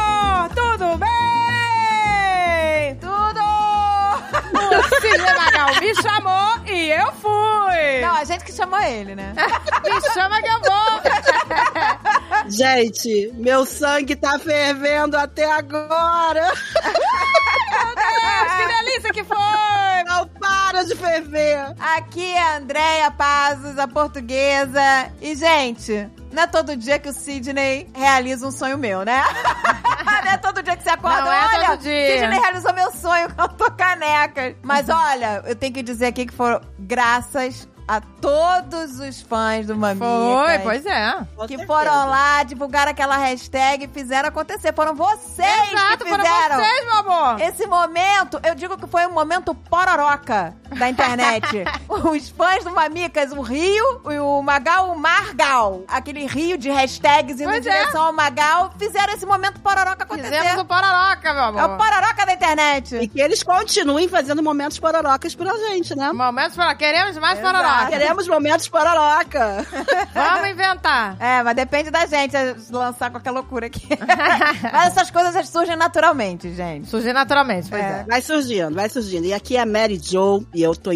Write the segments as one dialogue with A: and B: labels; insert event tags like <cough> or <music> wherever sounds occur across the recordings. A: <laughs>
B: gente que chamou ele, né?
A: <laughs> Me chama que eu
B: <laughs>
A: vou!
C: Gente, meu sangue tá fervendo até agora! <laughs>
A: Meu Deus, que delícia que foi!
C: Não para de ferver!
B: Aqui é a Andréia Pazos, a portuguesa. E, gente, não é todo dia que o Sidney realiza um sonho meu, né? <laughs> não é todo dia que você acorda,
A: Não é
B: olha,
A: todo dia.
B: Sidney realizou meu sonho <laughs> com tô caneca. Mas olha, eu tenho que dizer aqui que foram graças a todos os fãs do Mamica.
A: Foi, pois é.
C: Com
B: Que
C: certeza.
B: foram lá, divulgaram aquela hashtag e fizeram acontecer. Foram vocês
A: Exato,
B: que
A: foram
B: fizeram.
A: vocês, meu amor!
B: Esse momento, eu digo que foi um momento pororoca
A: <laughs>
B: da internet. Os fãs do Mamicas, o Rio e o Magal, o Margal. Aquele rio de hashtags indo em
A: Pois é.
B: direção ao Magal. Fizeram esse momento pororoca acontecer.
A: Fizemos o Pororoca, meu
B: É o
A: amor!
B: pororoca da internet.
C: E que eles continuem fazendo momentos pororocas pra gente, né?
A: Momentos para Queremos mais
B: Exato.
A: Pororoca!
C: Queremos momentos pororoca. <laughs>
A: Vamos inventar!
B: É, mas depende da gente eh, lançar qualquer loucura
A: <laughs>
B: aqui. mas essas coisas elas surgem naturalmente, gente.
A: Surgir naturalmente, pois
B: É.
A: é.
C: Vai surgindo, vai surgindo. E aqui é a Mary Jo e eu tô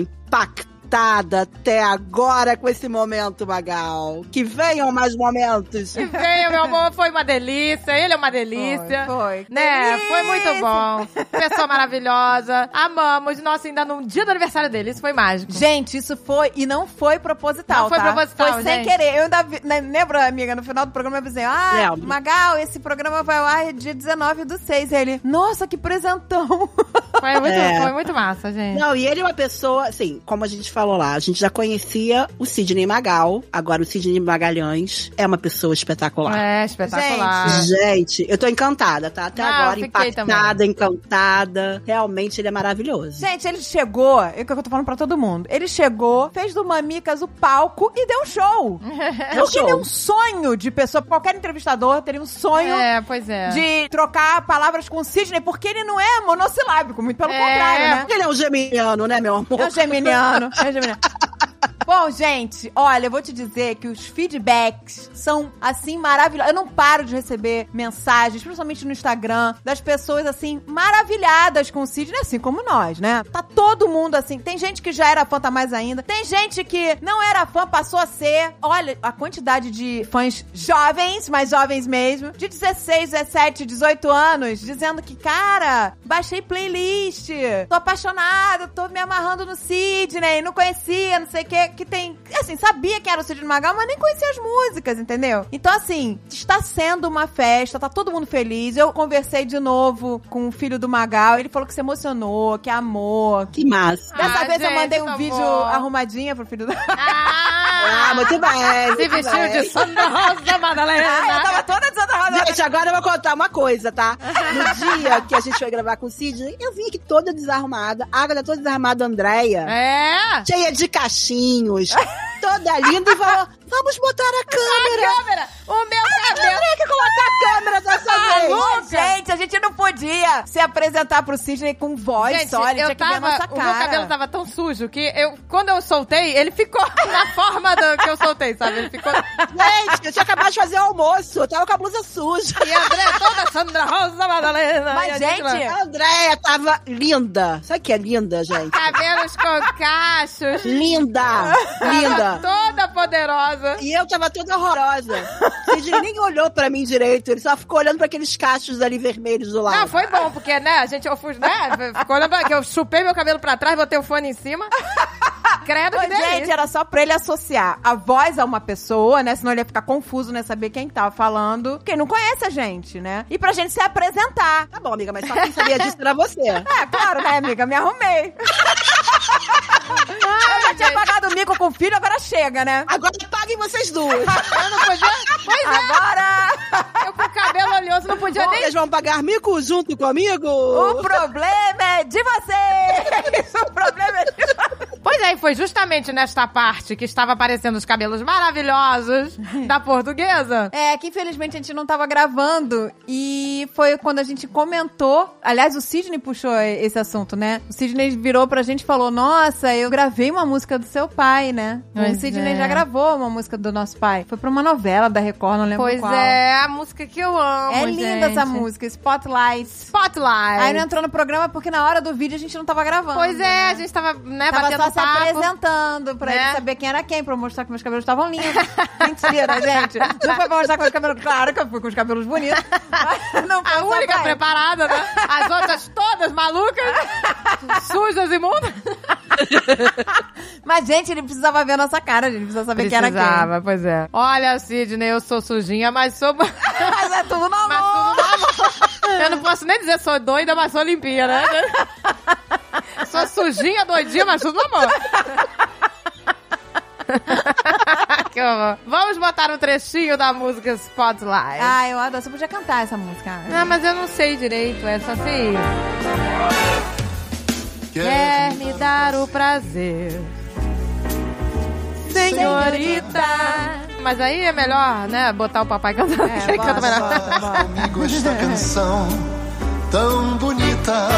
C: impactada até agora com esse momento, Magal. Que venham mais momentos.
A: Que é. veio, meu amor, foi uma delícia, ele é uma delícia.
B: Foi, foi.
A: Né?
B: Delícia.
A: Foi muito bom. Pessoa maravilhosa. Amamos. Nossa, ainda no dia do aniversário dele, isso foi mágico.
B: Gente, isso foi. E não foi proposital.
A: Não foi
B: tá?
A: proposital,
B: Foi sem
A: gente.
B: querer. Eu ainda. Vi, né, lembra, amiga? No final do programa eu avisei: Ah,
C: Lembro.
B: Magal, esse programa vai ao ar dia 19 do 6. E ele, nossa, que presentão. <laughs>
A: Foi muito,
C: É.
A: foi muito massa, gente.
C: Não, e ele é uma pessoa, assim, como a gente falou lá, a gente já conhecia o Sidney Magal, agora o Sidney Magalhães é uma pessoa espetacular.
A: É, espetacular.
C: Gente, eu tô encantada, tá? Até
A: Ah,
C: agora,
A: eu fiquei
C: impactada, encantada. Realmente, ele é maravilhoso.
B: Gente, ele chegou. É o que eu tô falando pra todo mundo. Ele chegou, fez do Mamicas o palco e
A: <laughs>
B: deu show.
C: é um
B: Porque ele é um
C: show.
B: sonho de pessoa. Qualquer entrevistador teria um sonho.
A: É, pois é.
B: De trocar palavras com o Sidney, porque ele não é monossilábico, muito pelo
A: É.
B: contrário, né?
C: Ele é um geminiano, né, meu amor?
B: É um geminiano. É um geminiano. Bom, gente, olha, eu vou te dizer que os feedbacks são, assim, maravilhosos. Eu não paro de receber mensagens, principalmente no Instagram, das pessoas, assim, maravilhadas com o Sidney, assim como nós, né? Tá todo mundo assim. Tem gente que já era fã, tá mais ainda. Tem gente que não era fã, passou a ser. Olha, a quantidade de fãs jovens, mais jovens mesmo, de 16, 17, 18 anos, dizendo que, cara, baixei playlist, tô apaixonada, tô me amarrando no Sidney, não conhecia, não sei o que, que tem. Assim, sabia que era o Sidney Magal, mas nem conhecia as músicas, entendeu? Então, assim, está sendo uma festa, tá todo mundo feliz. Eu conversei de novo com o filho do Magal, ele falou que se emocionou, que amou.
C: <laughs>
B: que-
C: Que massa.
B: Dessa
A: Ah,
B: vez eu
A: gente,
B: mandei um
A: tá
B: vídeo
A: bom.
B: arrumadinha pro filho do. <laughs>
C: Ah,
A: Ah,
C: muito bem.
A: se
C: muito
A: vestiu
C: bem.
A: de Santa Rosa
B: Ah, eu
A: Madalena.
B: tava toda desonrada.
C: Gente, agora eu vou contar uma coisa, tá? No dia que a gente foi gravar com o Sidney, eu vim aqui toda desarrumada, a Agatha toda desarmada, a Andréia.
A: É.
C: cheia de cachinhos, toda linda, e falou: vamos botar a câmera!
A: Câmera, o meu cabelo.
C: Tem que colocar a câmera dessa vez!
B: Ô, gente, a gente não podia se apresentar pro Sidney com voz
A: Gente,
B: só, ele
A: eu
B: tinha que ver a
A: tava,
B: nossa
A: o meu cabelo
B: cara.
A: tava tão sujo que eu, quando eu soltei, ele ficou <laughs> na forma do que eu soltei, sabe? Ele ficou. E
C: Gente, eu tinha acabado de fazer o almoço, eu tava com a blusa suja.
A: a André é toda Sandra Rosa Madalena.
B: Mas,
A: E a
B: gente,
A: lá,
C: A Andréia tava linda. Sabe o que é linda, gente?
A: cabelos com cachos,
C: Linda!
A: tava
C: Linda!
A: é toda poderosa.
C: E eu tava toda horrorosa. Sidney nem olhou pra mim direito, ele só ficou olhando pra aqueles cachos ali vermelhos do lado.
A: Não, foi bom, porque, né, a gente, eu fui, né, ficou lembrando que eu chupei meu cabelo pra trás, botei o fone em cima. Credo que
B: Pois, gente,
A: delícia.
B: era só pra ele associar a voz a uma pessoa, né? Senão ele ia ficar confuso, né? Saber quem tava falando. Quem não conhece a gente, né? E pra gente se apresentar.
C: Tá bom, amiga, mas só quem sabia disso era você.
B: É, claro, né, amiga?
A: <laughs>
B: Me arrumei. Eu já tinha pagado o mico com o filho, agora chega, né?
C: Agora paguem vocês duas.
A: Eu não podia, pois
B: Agora!
A: é, eu com o cabelo oleoso não podia nem
C: Vocês vão pagar mico junto comigo?
B: O problema é de vocês! <laughs> O problema é de vocês!
A: Pois é, e foi justamente nesta parte que estava aparecendo os cabelos
B: <laughs>
A: maravilhosos da portuguesa.
B: É, que infelizmente a gente não tava gravando e foi quando a gente comentou. Aliás, o Sidney puxou e- esse assunto, né? O Sidney virou pra gente e falou: Nossa, eu gravei uma música do seu pai, né? o
A: Pois
B: Sidney
A: é.
B: já gravou uma música do nosso pai. Foi pra uma novela da Record, não lembro
A: Pois
B: qual.
A: é, a música que eu amo.
B: É linda
A: gente.
B: essa música, Spotlight.
A: Spotlight.
B: Aí não entrou no programa porque na hora do vídeo a gente não tava gravando.
A: Pois é,
B: né?
A: a gente tava, né,
B: Tava
A: batendo
B: só se
A: papo papo.
D: apresentando pra
A: né?
D: ele saber quem era quem, pra eu mostrar que meus cabelos estavam lindos. <laughs> Mentira, gente. Não foi pra mostrar que meus cabelos. Claro que eu fui com os cabelos bonitos. mas Não foi
A: A
D: só
A: única
D: pra ele.
A: preparada, né? As outras todas
D: <laughs>
A: malucas, sujas, imundas.
D: Mas, gente, ele precisava ver a nossa cara, gente. Precisava saber quem era quem.
A: Precisava, pois é. Olha, Sidney, eu sou sujinha, mas sou... <laughs> mas
D: <laughs> Mas é tudo normal.
A: tudo normal. Eu não posso nem dizer sou doida, mas sou limpinha,
D: <laughs>
A: né? sou sujinha, doidinha, mas tudo normal. <laughs> que horror. Vamos botar um trechinho da música Spotlight.
D: Ah, eu adoro. Você podia cantar essa música.
A: Ah, mas eu não sei direito, é só assim. Quer
E: Quer
A: me dar o prazer, senhorita. Mas aí é melhor, né, botar o papai cantando.
D: É,
A: <laughs> que canta
D: bota,
A: melhor.
D: bota, bota.
E: comigo esta canção tão bonita?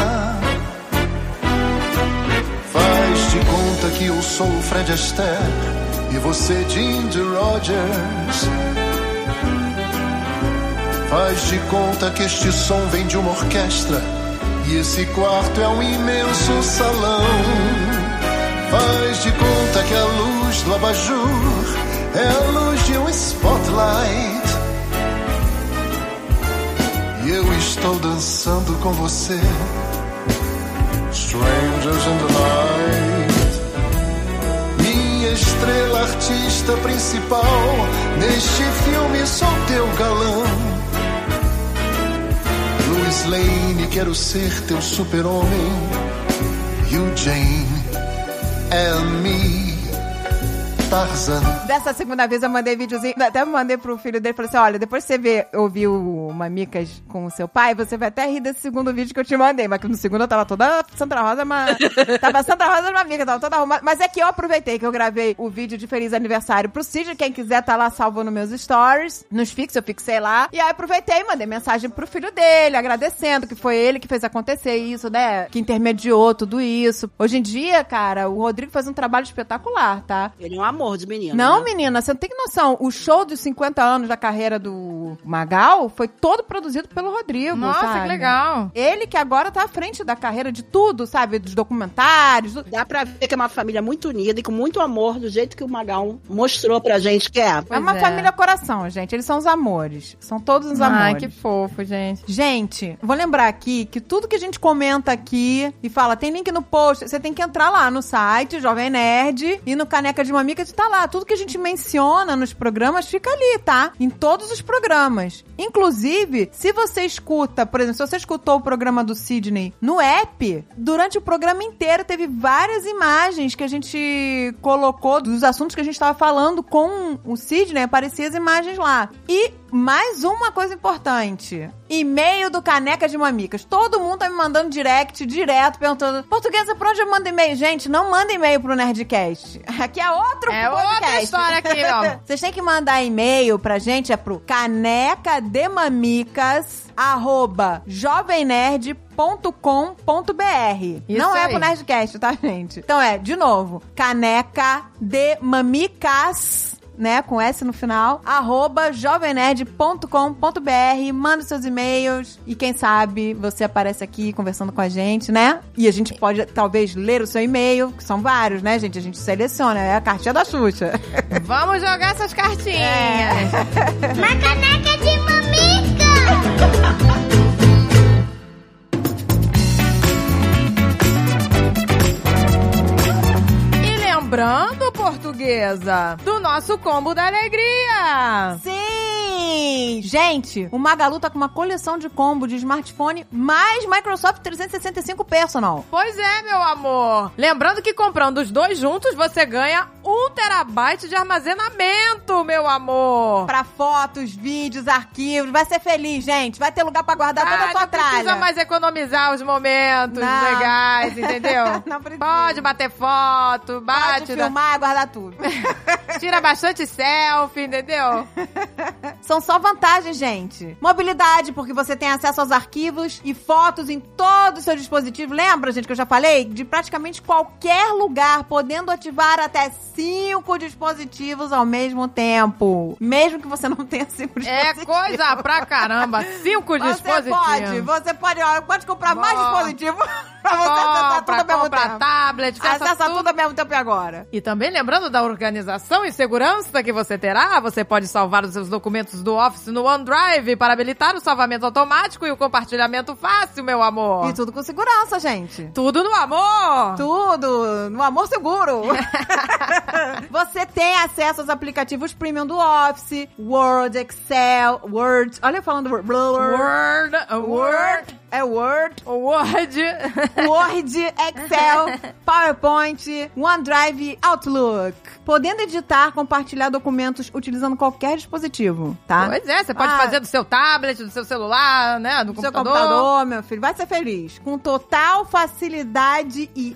E: Faz de conta que eu sou o Fred Astaire e você Ginger Rogers. Faz de conta que este som vem de uma orquestra e esse quarto é um imenso salão. Faz de conta que a luz do abajur é a luz de um spotlight. E eu estou dançando com você. Strangers in the night. Minha estrela artista principal. Neste filme sou teu galã. Louis Lane, quero ser teu super-homem. You, Jane, and me. Tarzan.
D: Dessa segunda vez eu mandei videozinho, até mandei pro filho dele, falei assim, olha, depois que você ver, ouvir o Mamicas com o seu pai, você vai até rir desse segundo vídeo que eu te mandei, mas que no segundo eu tava toda Santa Rosa, mas... tava Santa Rosa Mamica, tava toda arrumada, mas é que eu aproveitei que eu gravei o vídeo de Feliz Aniversário pro Cid, quem quiser tá lá salvo nos meus stories, nos fix, eu fixei lá, e aí aproveitei e mandei mensagem pro filho dele, agradecendo que foi ele que fez acontecer isso, né, que intermediou tudo isso. Hoje em dia, cara, o Rodrigo faz um trabalho espetacular, tá?
C: Ele é um amor de menino.
D: Não,
C: né?
D: menina, você não tem noção. O show dos 50 anos da carreira do Magal foi todo produzido pelo Rodrigo.
A: Nossa,
D: sabe?
A: que legal.
D: Ele que agora tá à frente da carreira de tudo, sabe? Dos documentários. do-
C: Dá pra ver que é uma família muito unida e com muito amor, do jeito que o Magal mostrou pra gente que é.
D: É uma
A: é.
D: família coração, gente. Eles são os amores. São todos os
A: Ai,
D: amores.
A: que fofo, gente.
D: Gente, vou lembrar aqui que tudo que a gente comenta aqui e fala, tem link no post, você tem que entrar lá no site Jovem Nerd e no Caneca de Mamica tá lá. Tudo que a gente menciona nos programas fica ali, tá? Em todos os programas. Inclusive, se você escuta, por exemplo, se você escutou o programa do Sidney no app, durante o programa inteiro teve várias imagens que a gente colocou dos assuntos que a gente tava falando com o Sidney, apareciam as imagens lá. E mais uma coisa importante. E-mail do Caneca de Mamicas. Todo mundo tá me mandando direct, direto, perguntando: Portuguesa, por onde eu mando e-mail? Gente, não manda e-mail pro Nerdcast. <laughs> Aqui é outro
A: É
D: podcast.
A: outra história aqui,
D: <laughs>
A: ó.
D: Vocês têm que mandar e-mail pra gente, é pro canecademamicas, arroba jovemnerd.com.br.
A: Isso
D: Não é
A: aí.
D: pro Nerdcast, tá, gente? Então é, de novo, canecademamicas, né, com S no final, arroba jovemnerd.com.br, manda os seus e-mails e quem sabe você aparece aqui conversando com a gente, né? E a gente pode, talvez, ler o seu e-mail, que são vários, né, gente? A gente seleciona, é a cartinha da Xuxa.
A: Vamos jogar essas cartinhas. <laughs>
F: Uma É. caneca de mamica!
A: E lembrando, portuguesa, do nosso combo da alegria.
D: Sim! Gente, o Magalu tá com uma coleção de combo de smartphone mais Microsoft 365 Personal.
A: Pois é, meu amor. Lembrando que comprando os dois juntos, você ganha um terabyte de armazenamento, meu amor.
D: Pra fotos, vídeos, arquivos. Vai ser feliz, gente. Vai ter lugar Tá pra guardar toda a
A: Ah,
D: sua
A: não precisa
D: tralha.
A: mais economizar os momentos
D: Não.
A: legais, entendeu?
D: <laughs> Não precisa.
A: Pode bater foto, bate,
D: Pode filmar, guardar tudo. <laughs>
A: tira bastante selfie, entendeu?
D: São só vantagens, gente. Mobilidade, porque você tem acesso aos arquivos e fotos em todo o seu dispositivo. Lembra, gente, que eu já falei? De praticamente qualquer lugar, podendo ativar até cinco dispositivos ao mesmo tempo. Mesmo que você não tenha cinco
A: É
D: dispositivos.
A: coisa pra caramba. Cinco
D: Você
A: dispositivos.
D: pode, você pode, ó, pode comprar mais
A: Boa.
D: dispositivos. <laughs> pra você acessar
A: compra,
D: tudo ao mesmo
A: compra
D: tempo.
A: tablet,
D: Acessa
A: acessa
D: tudo ao mesmo tempo e agora.
A: E também lembrando da organização e segurança que você terá, você pode salvar os seus documentos do Office no OneDrive para habilitar o salvamento automático e o compartilhamento fácil, meu amor.
D: E tudo com segurança, gente.
A: Tudo no amor!
D: Tudo, no amor <laughs> seguro. Você tem acesso aos aplicativos premium do Office, Word, Excel, Word. Olha eu falando Word. Word.
A: Word, Word,
D: É Word. <laughs>
A: Word.
D: Word, Excel, PowerPoint, OneDrive, Outlook. Podendo editar, compartilhar documentos utilizando qualquer dispositivo, tá?
A: Pois é, você pode
D: Ah.
A: fazer do seu tablet, do seu celular, né, do
D: Do seu
A: computador.
D: computador, meu filho, vai ser feliz. Com total facilidade e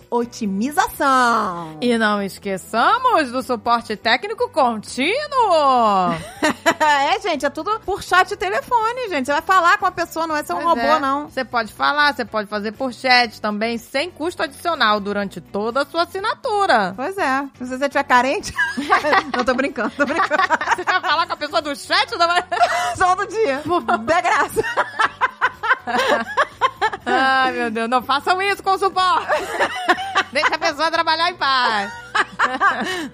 D: otimização.
A: E não esqueçamos do suporte técnico contínuo.
D: <laughs> é, gente, é tudo por chat e telefone, gente. Você vai falar com a pessoa, não é ser um
A: Pois
D: robô,
A: é.
D: não.
A: Você pode falar, você pode fazer por chat também, sem custo adicional, durante toda a sua assinatura.
D: Pois é. Se você estiver carente. <laughs> não, tô brincando, tô brincando. <laughs>
A: Você quer falar com a pessoa do chat?
D: Todo dia. Da graça.
A: <laughs> Ai, meu Deus, não façam isso com o suporte. <laughs> Deixa a pessoa trabalhar em paz.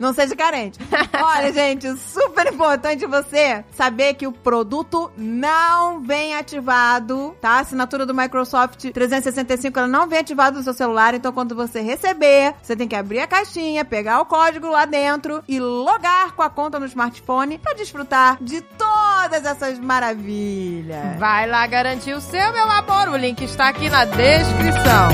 D: Não seja carente. Olha, gente, super importante você saber que o produto não vem ativado, tá? A assinatura do Microsoft 365, ela não vem ativada no seu celular. Então, quando você receber, você tem que abrir a caixinha, pegar o código lá dentro e logar com a conta no smartphone pra desfrutar de todas essas maravilhas.
A: Vai lá garantir o seu, meu amor. O link está aqui na descrição.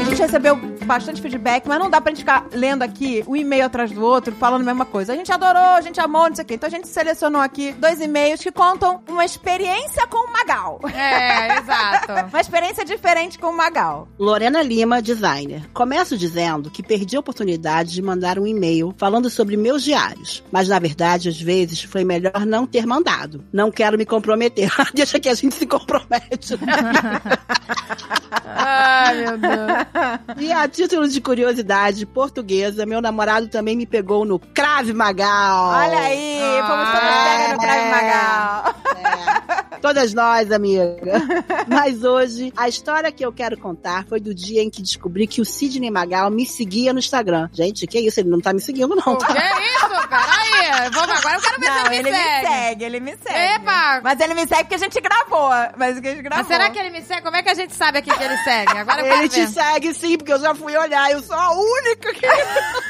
D: A gente recebeu bastante feedback, mas não dá pra gente ficar lendo aqui um e-mail atrás do outro, falando a mesma coisa. A gente adorou, a gente amou, não sei o quê. Então a gente selecionou aqui dois e-mails que contam uma experiência com o Magal. <laughs>
A: É, exato.
D: Uma experiência diferente com o Magal.
C: Lorena Lima, designer. Começo dizendo que perdi a oportunidade de mandar um e-mail falando sobre meus diários, mas na verdade, às vezes, foi melhor não ter mandado. Não quero me comprometer. <laughs> Deixa que a gente se compromete. né?
A: Ai, meu Deus.
C: e a título de curiosidade portuguesa, meu namorado também me pegou no Crave Magal.
D: Olha aí, fomos todos
C: Ah,
D: pega no Crave
C: é.
D: Magal. <laughs>
C: É. Todas nós, amiga. <laughs> Mas hoje, a história que eu quero contar foi do dia em que descobri que o Sidney Magal me seguia no Instagram. Gente, que isso? Ele não tá me seguindo, não.
A: O que é isso? Peraí. Vamos agora, eu quero ver
D: Não,
A: se
D: ele
A: ele me segue.
D: ele me segue.
A: Epa!
D: Mas ele me segue porque a gente gravou. Mas que a gente gravou.
A: Mas será que ele me segue? Como é que a gente sabe aqui que ele segue? Agora eu quero
C: Ele te
A: ver.
C: segue sim, porque eu já fui olhar. Eu sou a única que. Mas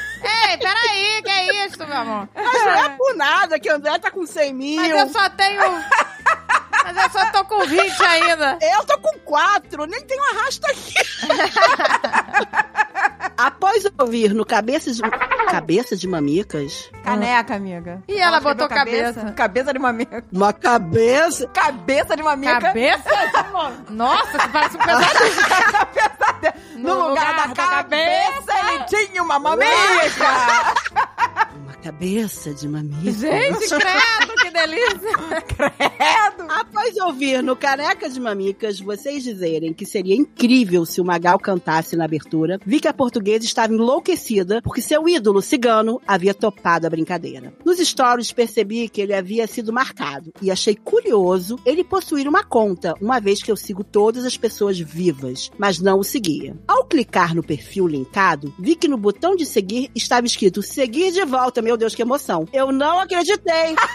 A: Ei, peraí, que é isso, meu amor?
C: não é por nada que o André tá com 100 mil.
A: Mas eu só tenho... Mas eu só tô com 20 ainda.
C: Eu tô com quatro, nem tenho arrasto aqui. <laughs> Após ouvir no Cabeça de, cabeça de Mamicas,
D: Caneca, amiga.
A: E ela
D: escreveu
A: botou
D: Cabeça,
A: cabeça.
D: de uma amiga. <laughs>
C: uma cabeça.
D: Cabeça de uma amiga.
A: Cabeça? Nossa, isso parece um pesadelo.
D: No, lugar, da, cabeça, ele tinha uma mamica!
C: Uma cabeça de Mamicas.
A: Gente, credo, que delícia.
D: Credo!
C: Após ouvir no Careca de Mamicas vocês dizerem que seria incrível se o Magal cantasse na abertura, vi que a portuguesa estava enlouquecida porque seu ídolo cigano havia topado a brincadeira. Nos stories percebi que ele havia sido marcado e achei curioso ele possuir uma conta, uma vez que eu sigo todas as pessoas vivas, mas não o seguia. Ao clicar no perfil linkado, vi que no botão de seguir estava escrito seguir de volta. Meu Deus, que emoção! Eu não acreditei! <laughs>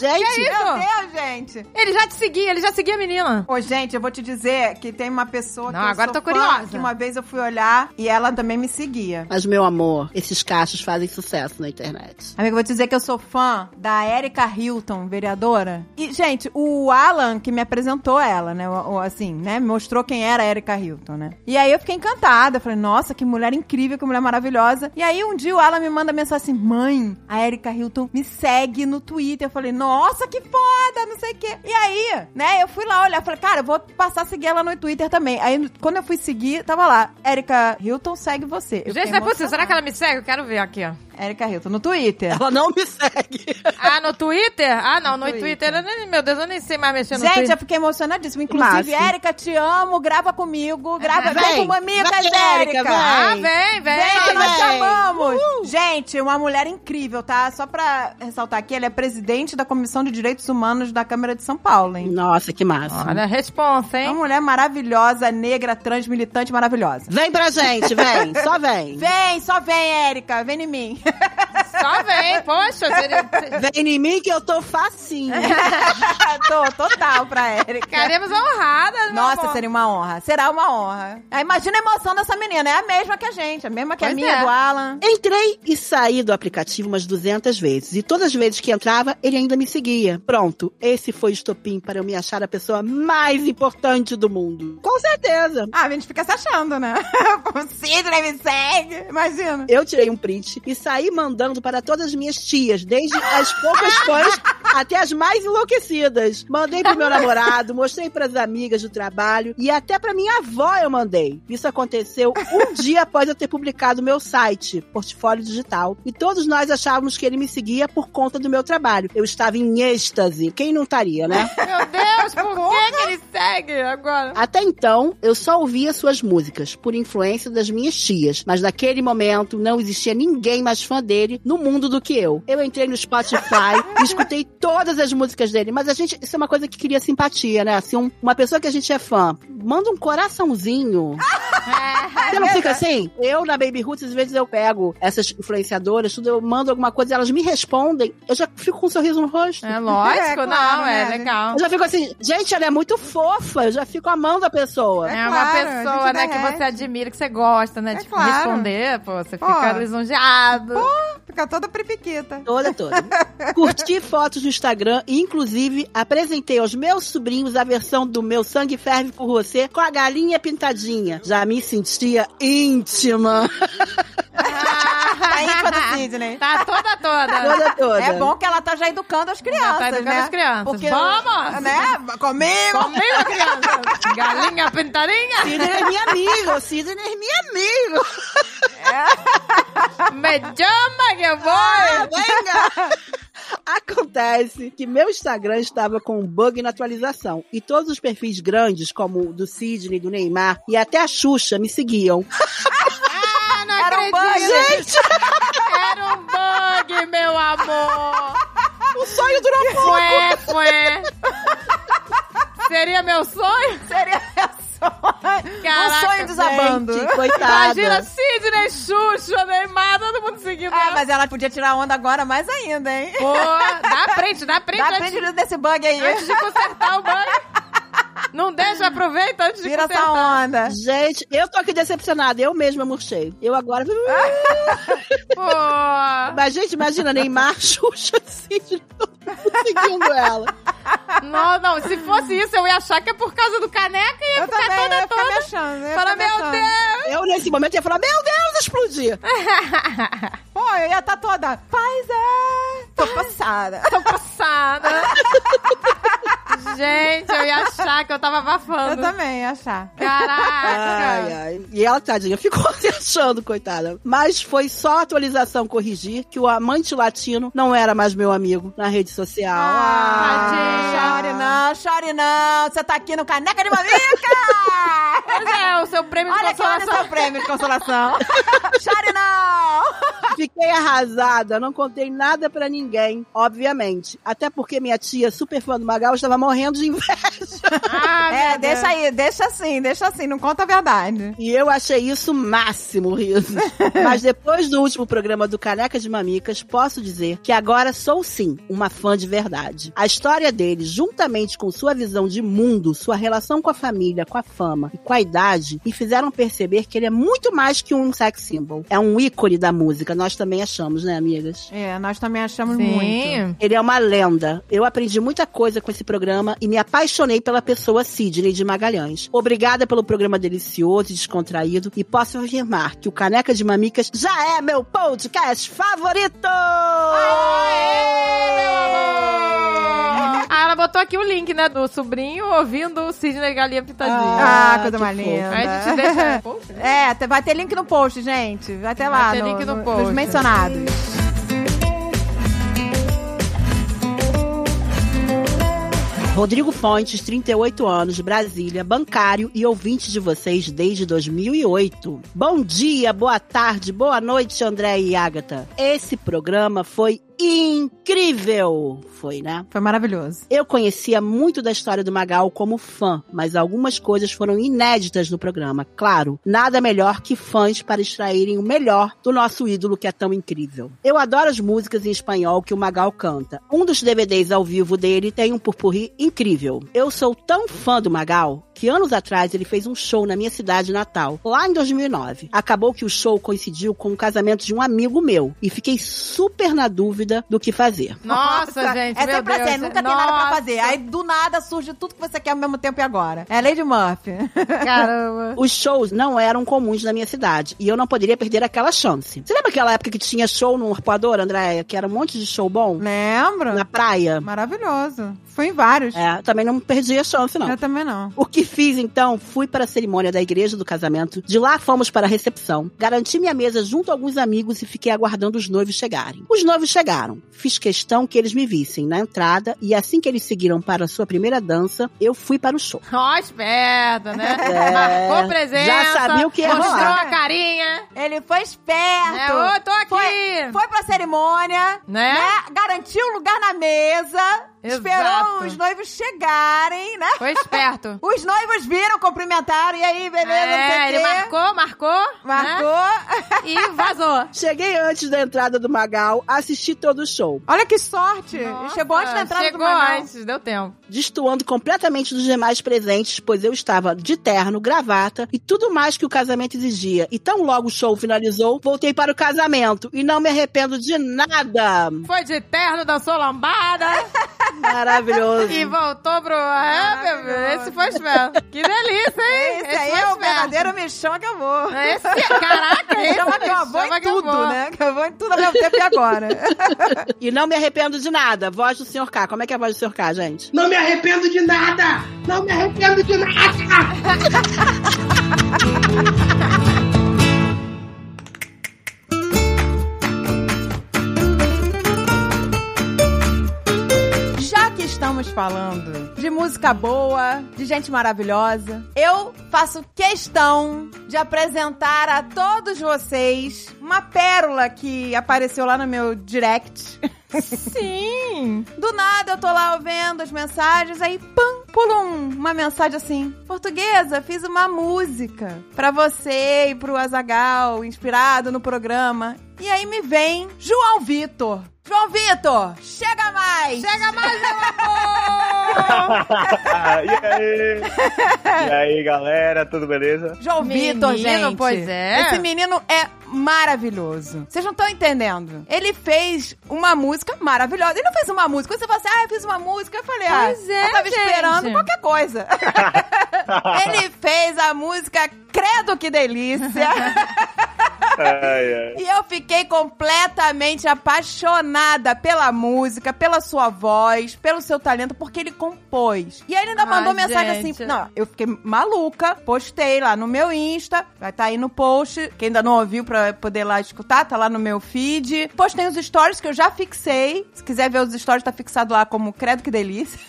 C: Gente,
D: Meu
A: Isso.
D: Deus, gente!
A: Ele já te seguia, ele já seguia a menina.
D: Ô, gente, eu vou te dizer que tem uma pessoa
A: Não,
D: que eu
A: agora
D: sou
A: tô
D: fã,
A: curiosa.
D: que uma vez eu fui olhar e ela também me seguia.
C: Mas, meu amor, esses cachos fazem sucesso na internet.
D: Amiga, eu vou te dizer que eu sou fã da Erika Hilton, vereadora. E, gente, o Alan que me apresentou ela, né? O- o- assim, né? Mostrou quem era a Erika Hilton, né? E aí eu fiquei encantada. Falei, nossa, que mulher incrível, que mulher maravilhosa. E aí um dia o Alan me manda mensagem assim: mãe, a Erika Hilton me segue no Twitter. Eu falei, nossa, que foda, não sei o sei o quê. E aí, né, eu fui lá olhar, falei, cara, eu vou passar a seguir ela no Twitter também. Aí, quando eu fui seguir, tava lá, Erika Hilton segue você. Eu
A: Gente,
D: fiquei
A: não é possível.
D: emocionada.
A: Será que ela me segue? Eu quero ver aqui, ó.
D: Erika Hilton, no Twitter.
C: Ela não me segue.
A: Ah, no Twitter? Ah, não, no
D: No
A: Twitter. eu nem- Meu Deus, eu nem sei mais mexer no
D: Gente,
A: Twitter.
D: eu fiquei emocionadíssima. Inclusive,
C: Máximo.
D: Érica, te amo, grava comigo, grava
C: Vem,
D: vem com mamicas,
C: vem, Érica,
D: Érica.
C: vem.
A: Ah, vem,
D: Vem que
A: vem.
D: nós te
C: vem.
D: amamos! Gente, uma mulher incrível, tá? Só pra ressaltar aqui, ela é presidente da Comissão de Direitos Humanos da Câmara de São Paulo, hein?
C: Nossa, que massa.
A: Olha, a responsa,
D: É
A: hein?
D: uma mulher maravilhosa, negra, trans, militante, maravilhosa.
C: Vem pra gente, vem. Só vem.
D: Vem, só vem, Érica, vem em mim. <laughs>
A: Só vem, <laughs> poxa. seria-
C: Vem em mim que eu tô facinho.
D: Tô total pra Érica.
A: Ficaremos honradas, meu
D: Nossa,
A: amor.
D: seria uma honra. Será uma honra. Ah, Imagina a emoção dessa menina. É a mesma que a gente. A mesma que a
A: Pois
D: minha,
A: é.
D: do Alan.
C: Entrei e saí do aplicativo umas 200 vezes. E todas as vezes que entrava, ele ainda me seguia. Pronto, esse foi o estopim para eu me achar a pessoa mais importante do mundo. Com certeza.
D: Ah, a gente fica se achando, né? <laughs> O Sidney me segue. Imagina.
C: Eu tirei um print e saí mandando para todas as minhas tias, desde as poucas fãs até as mais enlouquecidas. Mandei pro meu namorado, mostrei para as amigas do trabalho e até para minha avó eu mandei. Isso aconteceu um dia após eu ter publicado meu site, Portfólio Digital, e todos nós achávamos que ele me seguia por conta do meu trabalho. Eu estava em êxtase. Quem não estaria, né?
A: Meu Deus, por que, que ele segue agora?
C: Até então, eu só ouvia suas músicas, por influência das minhas tias. Mas naquele momento, não existia ninguém mais fã dele no mundo do que eu. Eu entrei
A: <laughs>
C: no Spotify e escutei todas as músicas dele. Mas a gente, isso é uma coisa que cria simpatia, né? Assim, um- uma pessoa que a gente é fã, manda um coraçãozinho.
A: É, Ah,
C: Você não fica assim? Eu, na Baby Roots, às vezes eu pego essas influenciadoras, tudo, eu mando alguma coisa e elas me respondem. Eu já fico com um sorriso no rosto.
A: É lógico,
D: É, claro,
A: não, é
D: né?
A: legal.
C: Eu já fico assim, gente, ela é muito fofa. Eu já fico amando a pessoa.
A: É,
D: É
A: uma
D: claro, a
A: pessoa,
D: gente
A: né, que
D: derrete.
A: você admira, que você gosta, né?
D: É
A: de
D: claro.
A: responder, pô, você
D: Pô.
A: fica lisonjeado.
D: Fica toda pripiquita.
C: Toda, toda. Curti fotos no Instagram e, inclusive, apresentei aos meus sobrinhos a versão do Meu Sangue Ferve por Você com a galinha pintadinha. Já me sentia íntima.
D: Tá
A: <laughs>
D: íntima do Sidney.
A: <laughs> Tá toda, toda.
C: Toda, toda.
D: <laughs> É bom que ela tá já educando as crianças,
A: tá educando
D: né?
A: as crianças.
D: Porque,
A: Vamos!
D: Né? Comigo!
A: Comigo, <laughs> criança. Galinha pintarinha.
C: Sidney é minha amiga, o Sidney é minha amiga.
A: Me chama que eu vou.
C: Venga! Acontece que meu Instagram estava com um bug na atualização e todos os perfis grandes, como o do Sidney, do Neymar e até a Xuxa, me seguiam.
A: Ah, não
D: Era um
A: acredito.
D: bug,
A: Era um bug, meu amor.
C: O sonho durou pouco.
A: Foi, foi. Seria meu sonho?
D: Seria sonho.
A: Caraca,
D: um sonho <laughs> desabando.
C: Gente, coitada.
A: Imagina Sidney, Xuxa, Neymar, todo mundo seguindo.
D: Ah,
A: ela.
D: mas ela podia tirar onda agora mais ainda, hein?
A: Pô, dá frente, dá frente.
D: Dá
A: antes,
D: frente desse bug aí.
A: antes de consertar o bug. Não deixa, aproveita antes
D: Tira
A: de
D: essa
A: consertar.
D: onda.
C: Gente, eu tô aqui decepcionada. Eu mesma murchei. Eu agora. "Ah!"
A: Pô,
C: Mas, gente, imagina, Neymar, <laughs> Xuxa, Cid, todo mundo seguindo ela.
A: não, não, se fosse isso eu ia achar que é por causa do caneca e ia
D: Eu
A: ficar
D: também, eu
A: toda
D: ia ficar me
A: toda.
D: achando. eu ia
A: Fala,
D: ficar me
A: meu
D: achando.
A: Deus. <laughs>
C: Eu, nesse momento, ia falar: Meu Deus, explodir.
D: Pô, eu ia estar toda... Paz é... Tô passada.
A: Tô
D: <laughs>
A: passada. Gente, eu ia achar que eu tava
D: Eu
A: abafando.
D: também ia achar.
A: Caraca. <laughs>
C: Ai, ai. E ela, tadinha, ficou <laughs> se achando, coitada. Mas foi só a atualização corrigir que o amante latino não era mais meu amigo na rede social.
D: Ah,
A: tadinha.
D: chore não, chore não. Você tá aqui no Caneca
A: <laughs>
D: de Mamica!
A: Pois é, o seu prêmio
D: Olha
A: de
D: aqui, olha o
A: consolação.
D: seu prêmio de consolação. <laughs> chore não!
C: Ah, Fiquei arrasada, não contei nada pra ninguém, obviamente. Até porque minha tia, super fã do Magal, estava morrendo de inveja.
A: Ah,
D: É,
A: meu Deus.
D: deixa aí, deixa assim, deixa assim, não conta a verdade.
C: E eu achei isso o máximo, riso. Mas depois do último programa do Caneca de Mamicas, posso dizer que agora sou sim uma fã de verdade. A história dele, juntamente com sua visão de mundo, sua relação com a família, com a fama e com a idade, me fizeram perceber que ele é muito mais que um sex symbol. É um ícone da música, nós também achamos, né, amigas?
D: É, nós também achamos muito.
A: Sim.
C: Ele é uma lenda. Eu aprendi muita coisa com esse programa e me apaixonei pela pessoa Sidney de Magalhães. Obrigada pelo programa delicioso e descontraído e posso afirmar que o Caneca de Mamicas já é meu podcast favorito!
D: Ah,
A: Aê, meu amor! Árabo botou aqui o link, né, do sobrinho ouvindo o Sidney Galinha Pitadinha.
D: Ah,
C: Ah,
D: coisa
C: que
D: mais
C: fofo.
D: linda.
A: Aí a gente
D: <laughs>
A: deixa... Poxa, né?
D: É, te- vai ter link no post, gente. Vai ter lá.
A: ter
D: no-
A: link no
D: no- Nos
A: post.
D: mencionados.
C: Rodrigo Fontes, 38 anos, Brasília, bancário e ouvinte de vocês desde 2008. Bom dia, boa tarde, boa noite, André e Agatha. Esse programa foi incrível! Foi, né?
D: Foi maravilhoso.
C: Eu conhecia muito da história do Magal como fã, mas algumas coisas foram inéditas no programa. Claro, nada melhor que fãs para extraírem o melhor do nosso ídolo que é tão incrível. Eu adoro as músicas em espanhol que o Magal canta. Um dos DVDs ao vivo dele tem um purpurri incrível. Eu sou tão fã do Magal que anos atrás ele fez um show na minha cidade natal, lá em 2009. Acabou que o show coincidiu com o casamento de um amigo meu e fiquei super na dúvida do que fazer.
A: Nossa, gente,
D: É
A: meu
D: sempre
A: Deus.
D: assim, nunca tem nada pra
A: Nossa,
D: fazer. Aí do nada surge tudo que você quer ao mesmo tempo e agora. É Lady Murphy. <laughs>
A: Caramba.
C: Os shows não eram comuns na minha cidade e eu não poderia perder aquela chance. Você lembra aquela época que tinha show no arpoador, Andréia? Que era um monte de show bom?
D: Lembro?
C: Na praia?
D: Maravilhoso. Fui em vários.
C: É, também não perdi a chance, não.
D: Eu também não.
C: O que fiz então? Fui para a cerimônia da igreja do casamento. De lá fomos para a recepção. Garanti minha mesa junto a alguns amigos e fiquei aguardando os noivos chegarem. Os noivos chegaram. Fiz questão que eles me vissem na entrada e assim que eles seguiram para a sua primeira dança, eu fui para o show.
A: Ó, esperta, né?
C: É.
A: Marcou presença.
C: Já sabia o que ia
A: Mostrou
D: rolar.
A: a carinha.
D: Ele foi
A: Né?
D: esperto.
A: Ô, tô aqui.
D: Foi, foi pra cerimônia,
A: Né?
D: né? Garantiu o lugar na mesa.
A: Exato.
D: Esperou os noivos chegarem, né?
A: Foi
D: <laughs>
A: esperto.
D: Os noivos viram, cumprimentaram. E aí, beleza, Tá não sei o
A: é, ele
D: quê.
A: marcou, marcou. né?
D: Marcou.
A: E vazou.
C: Cheguei antes da entrada do Magal, assisti todo o show.
D: Olha que sorte.
A: Nossa,
D: chegou antes da entrada
A: chegou
D: do Magal.
A: antes, deu tempo.
C: destoando completamente dos demais presentes, pois eu estava de terno, gravata e tudo mais que o casamento exigia. E tão logo o show finalizou, voltei para o casamento e não me arrependo de nada.
A: Foi de terno, dançou lambada
C: Maravilhoso.
A: e voltou pro... É, meu filho, esse foi esperto. Que delícia, hein?
D: Esse, aí é o verdadeiro mexão acabou.
A: É Esse, caraca, esse
D: <laughs> Chama que acabou
A: chama um
D: em
A: que eu
D: tudo,
A: vou.
D: né? Acabou em tudo ao mesmo tempo e agora.
C: E não me arrependo de nada. Voz do Sr. K. Como é que é a voz do Sr. K, gente?
G: Não me arrependo de nada! Não me arrependo de nada!
D: Já que estamos falando de música boa, de gente maravilhosa, eu faço questão de apresentar a todos vocês uma pérola que apareceu lá no meu direct. <laughs>
A: Sim.
D: Do nada eu tô lá ouvindo as mensagens, aí pam, pulo um, uma mensagem assim: Portuguesa, fiz uma música pra você e pro Azagal, inspirado no programa. E aí me vem João Vitor. João Vitor, chega mais!
A: Chega mais, meu amor!
H: e aí? E aí, galera, tudo beleza?
D: João
A: Menino,
D: Vitor, gente.
A: pois é.
D: Esse menino é maravilhoso. Vocês não estão entendendo. Ele fez uma música maravilhosa. Ele não fez uma música. Quando você fala assim, ah, eu fiz uma música, eu falei, ah,
A: Pois é,
D: eu tava
A: gente.
D: esperando qualquer coisa. Ele fez a música Credo Que Delícia.
A: <laughs>
H: Ai, ai.
D: e eu fiquei completamente apaixonada pela música, pela sua voz, pelo seu talento, porque ele compôs. E aí ele ainda
A: Ai,
D: mandou mensagem
A: Ah, gente.
D: assim. Não, eu fiquei maluca, postei lá no meu Insta, vai estar aí no post. Quem ainda não ouviu pra poder lá escutar, tá lá no meu feed. Postei os stories que eu já fixei. Se quiser ver os stories, tá fixado lá como Credo Que Delícia.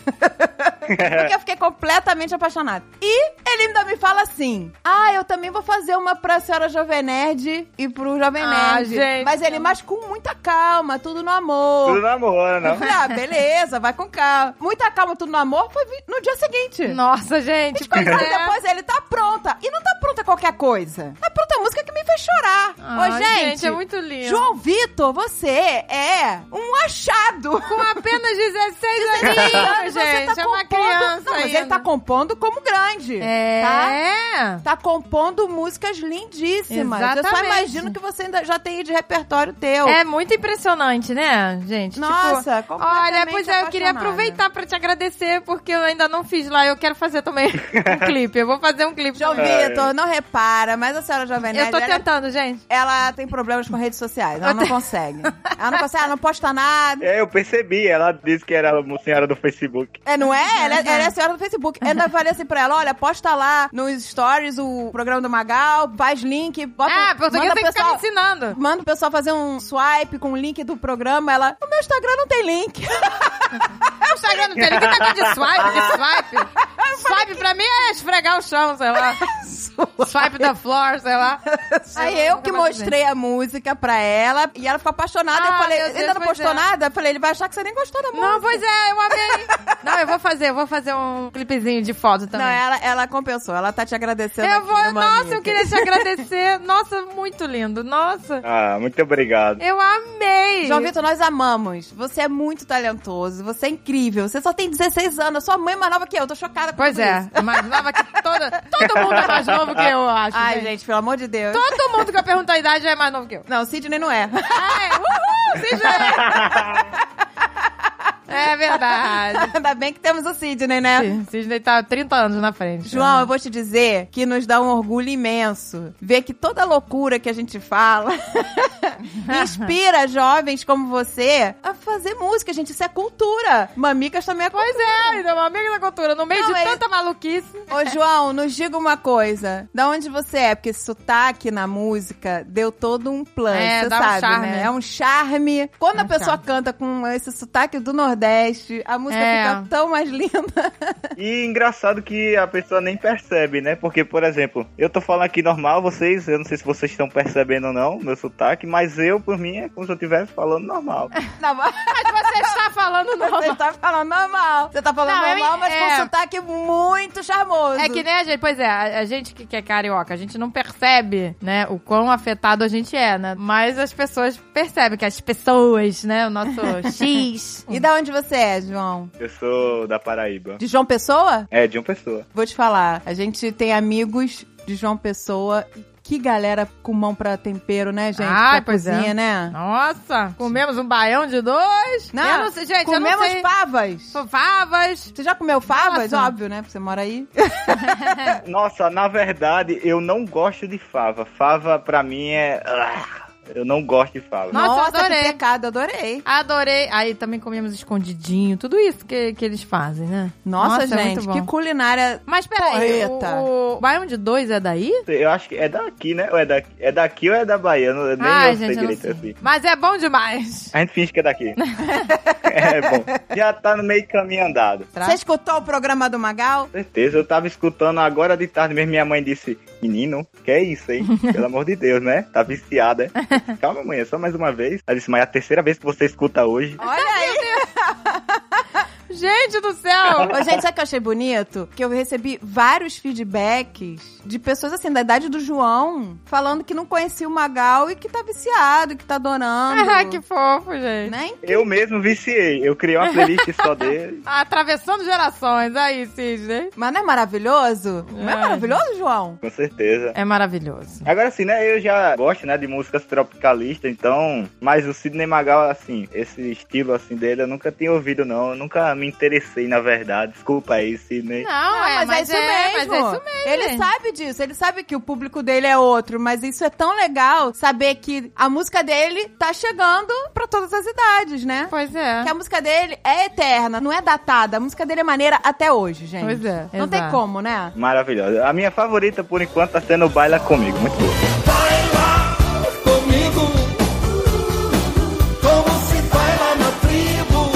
D: Porque eu fiquei completamente apaixonada. E ele ainda me fala assim: Ah, eu também vou fazer uma pra senhora Jovem Nerd e pro Jovem
A: Ah,
D: Nerd.
A: gente.
D: Mas ele, mas com muita calma, tudo no amor.
H: Tudo na moda,
D: Eu
H: não?
D: falei, ah, beleza, vai com calma. Muita calma, tudo no amor, foi vi- no dia seguinte.
A: Nossa, gente, pois
D: Mas
A: é.
D: depois ele tá pronta. E não tá pronta qualquer coisa. Tá pronta a música que me fez chorar.
A: Ai,
D: Ô, gente,
A: é muito lindo.
D: João Vitor, você é um
A: <laughs>
D: achado.
A: Com apenas 16 aninhos,
D: Você
A: gente.
D: tá
A: é uma
D: compondo-
A: criança
D: Não, mas
A: ainda.
D: ele tá compondo como grande.
A: É.
D: Tá? Tá compondo músicas lindíssimas. Eu só
A: Exatamente.
D: imagino que você ainda já tem de repertório teu.
A: É muito impressionante, né, gente? Tipo,
D: Nossa, completamente
A: Olha, pois é, eu queria
D: apaixonada.
A: aproveitar pra te agradecer, porque eu ainda não fiz lá. Eu quero fazer também <laughs> um clipe. Eu vou fazer um clipe.
D: João
A: também.
D: Vitor, não repara, mas a senhora Jovem Nerd,
A: Eu tô
D: ela é
A: tentando, gente.
D: Ela tem problemas com redes sociais, ela não consegue. Ela não consegue, ela não posta nada.
H: É, eu percebi. Ela disse que era uma senhora do Facebook.
D: É, não é? Ela, é- ela é a senhora do Facebook. Eu ainda falei assim pra ela: olha, posta lá nos stories o programa do Magal, faz link, bota.
A: Ah, português
D: manda
A: tem
D: o
A: que ficar me
D: pessoal,
A: ensinando.
D: <laughs> Manda o pessoal fazer um swipe com o link do programa. Ela, o meu Instagram não tem
A: <laughs>
D: link.
A: É o Instagram não tem ninguém tá de <laughs> swipe, de swipe. Swipe pra mim é esfregar o chão, sei lá. <laughs> Swipe da floor, sei lá.
D: Aí eu que
A: Nunca é mais
D: mostrei a música pra ela e ela ficou apaixonada.
A: Ah,
D: eu falei,
A: meu Deus,
D: ainda não
A: pois
D: postou
A: é.
D: nada? Eu falei, ele vai achar que você nem gostou da música.
A: Não, pois é, eu amei. Não, eu vou fazer, eu vou fazer um clipezinho de foto também.
D: Não, ela, ela compensou, ela tá te agradecendo.
A: eu
D: aqui
A: vou,
D: no
A: nossa,
D: Mamilos.
A: eu queria te agradecer. Nossa, muito lindo. Nossa,
H: Ah, muito obrigado.
A: eu amei.
D: João Vitor, nós amamos. Você é muito talentoso, você é incrível. Você só tem 16 anos, a sua mãe é mais nova que eu, eu tô chocada com
A: Pois
D: tudo
A: é,
D: isso.
A: mais nova que toda. Todo mundo é mais novo que eu, eu acho.
D: Ai, gente, pelo amor de Deus.
A: Todo mundo que eu pergunto a idade é mais novo que eu.
D: Não, Sidney não é. <laughs>
A: Ai, uhul, se joga. É verdade.
D: Ainda bem que temos o Sidney, né?
A: Sidney tá 30 anos na frente.
D: João, eu vou te dizer que nos dá um orgulho imenso ver que toda loucura que a gente
A: <laughs>
D: fala inspira jovens como você a fazer música, gente. Isso é cultura. Mamicas também é cultura.
A: Pois é, ainda é uma amiga da cultura, no meio
D: Não,
A: de
D: é-
A: tanta maluquice.
D: Ô, João, nos diga uma coisa. Da onde você é? Porque esse sotaque na música deu todo um plano,
A: É,
D: você
A: dá um
D: sabe,
A: charme.
D: né? É um charme. Quando
A: É
D: a
A: um
D: pessoa
A: charme.
D: canta com esse sotaque do Nordeste, a música
A: É.
D: fica tão mais <laughs> linda.
H: E engraçado que a pessoa nem percebe, né? Porque, por exemplo, eu tô falando aqui normal, vocês, eu não sei se vocês estão percebendo ou não, meu sotaque, mas eu, por mim, é como se eu estivesse falando normal.
D: Não, mas
A: Mas você está falando
D: você
A: normal.
D: tá falando normal. Você tá falando
A: Não, eu-
D: normal, mas com
A: é.
D: um sotaque muito charmoso.
A: É que nem a gente, pois é, a, a gente que, que é carioca, a gente não percebe, né, o quão afetado a gente é, né? Mas as pessoas percebem que as pessoas, né, o
D: <laughs>
A: nosso X.
D: E da onde você é, João?
H: Eu sou da Paraíba.
D: De João Pessoa?
H: É, de uma pessoa.
D: Vou te falar. A gente tem amigos de João Pessoa. Que galera com mão pra tempero, né, gente?
A: Ai,
D: pra
A: pois
D: cozinha,
A: é.
D: né?
A: Nossa, comemos um baião de dois.
D: Não,
A: eu não sei, gente, eu não
D: Comemos
A: sei.
D: favas.
A: Favas.
D: Você já comeu favas?
A: Nossa.
D: Óbvio, né? Porque você mora aí.
H: Nossa, na verdade, eu não gosto de fava. Fava, pra mim, é. Ah, Eu não gosto de fava.
A: Nossa, eu adorei.
D: que pecado, adorei.
A: Adorei. Aí também comemos escondidinho, tudo isso que, que eles fazem, né?
D: Nossa,
A: é
D: gente,
A: muito bom.
D: que culinária.
A: Mas peraí,
D: Porreta.
A: o, o baião de dois é daí?
H: Eu acho que é daqui, né? Ou é, daqui, é daqui ou é da Bahia? Eu não- eu nem eu sei
A: Ah, eu não
H: direito
A: sei.
H: assim.
A: Mas é bom demais.
H: A gente finge que é daqui.
A: <laughs>
H: é bom. Já tá no meio de caminho andado.
D: Você escutou o programa do Magal?
H: Certeza, eu tava escutando agora de tarde mesmo. Minha mãe disse: Menino, que é isso, hein? Pelo amor de Deus, né?
A: <laughs>
H: Tá viciada. hein? Calma, mãe, é só mais uma vez. Ela disse: Mas é a terceira vez que você escuta hoje.
D: Olha aí.
A: Gente do céu!
D: Ô, gente, sabe o que eu achei bonito? Que eu recebi vários feedbacks de pessoas assim, da idade do João, falando que não conhecia o Magal e que tá viciado, que
A: <laughs>
D: tá adorando.
A: Ah, que fofo, gente.
D: Né?
H: Eu mesmo viciei. Eu criei uma playlist só dele.
A: Atravessando gerações, aí, Sidney.
D: Mas não é maravilhoso? Não é
A: Ai.
D: maravilhoso, João?
H: Com certeza.
A: É maravilhoso.
H: Agora sim, né? Eu já gosto, né, de músicas tropicalistas, então. Mas o Sidney Magal, assim, esse estilo assim dele, eu nunca tinha ouvido, não. Eu nunca me interessei, na verdade. Desculpa aí, Sidney.
A: Não, é, mas, é, mas é isso mesmo.
D: Ele sabe disso, ele sabe que o público dele é outro, mas isso é tão legal saber que a música dele tá chegando pra todas as idades, né?
A: Pois é.
D: Que a música dele é eterna, não é datada. A música dele é maneira até hoje, gente.
A: Pois é,
D: Não tem
A: exato.
D: como, né?
H: Maravilhosa. A minha favorita, por enquanto, tá sendo Baila Comigo. Muito boa.
I: comigo. Como se baila na tribo.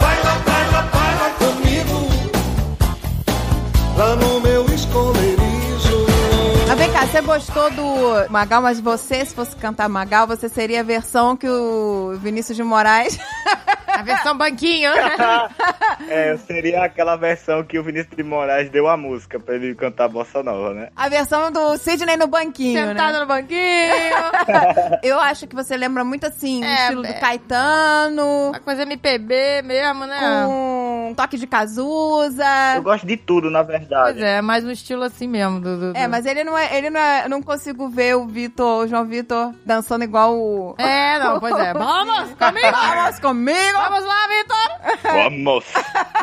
I: Baila, baila, baila comigo. Lá no meu esconderijo.
D: Mas vem cá, você gostou do Magal, mas você, se fosse cantar Magal, você seria a versão que o Vinícius de Moraes. <laughs>
A: A versão banquinho.
H: <laughs> É, seria aquela versão que o Vinícius de Moraes deu a música pra ele cantar Bossa Nova, né?
D: A versão do Sidney no banquinho,
A: Sentado
D: né?
A: no banquinho.
D: Eu acho que você lembra muito, assim, o
A: É,
D: estilo do
A: é.
D: Caetano,
A: Uma coisa MPB mesmo, né?
D: com um toque de Cazuza.
H: Eu gosto de tudo, na
A: Pois
H: verdade.
A: é, mais no estilo assim mesmo. Do, do-
D: É,
A: do-
D: mas ele não é, ele não é, não consigo ver o Vitor, o João Vitor, dançando igual o...
A: É, não, pois é. Vamos, comigo!
D: <laughs> Vamos comigo!
A: Vamos lá, Vitor!
H: Vamos!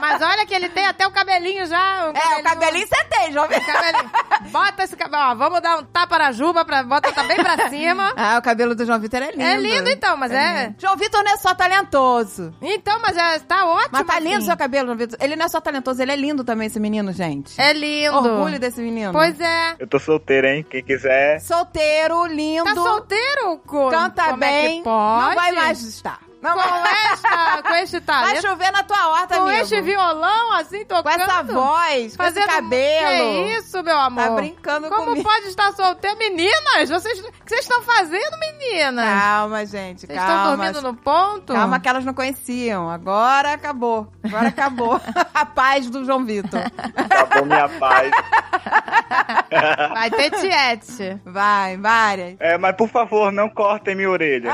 A: Mas olha que ele tem até o cabelinho já.
D: É, o cabelinho você tem, João Vitor.
A: Cabelinho. Bota esse cabelo. Ó, vamos dar um tapa na juba, pra, bota tá bem
D: <laughs>
A: pra cima.
D: Ah, o cabelo do João Vitor é lindo.
A: É lindo então, mas é.
D: João Vitor não é só talentoso.
A: Então, mas é, tá ótimo.
D: Mas tá
A: assim.
D: lindo seu cabelo, João Vitor. Ele não é só talentoso, ele é lindo também, esse menino, gente.
A: É lindo.
D: Orgulho desse menino.
A: Pois é.
H: Eu tô solteiro, hein? Quem quiser.
D: Solteiro, lindo.
A: Tá solteiro, co...
D: Canta
A: Como É
D: bem.
A: que pode?
D: Não vai mais estar. Não
A: Com,
D: vai,
A: esta, com este
D: vai
A: talento.
D: chover na tua horta,
A: Tá com
D: amigo.
A: este violão, assim, tocando.
D: Com essa voz, com esse
A: fazendo- um-
D: cabelo.
A: Que isso, meu amor?
D: Tá brincando
A: Como
D: comigo.
A: pode estar solteiro? Meninas, vocês... O que vocês estão fazendo, meninas?
D: Calma, gente,
A: vocês estão
D: Ah, calma.
A: dormindo no ponto?
D: Calma que elas não conheciam. Agora acabou. Agora acabou. <laughs> A paz do João Vitor.
H: Acabou minha paz.
A: Vai ter
D: <laughs>
A: tiete.
D: Vai, várias.
H: É, mas por favor, não cortem minha orelha.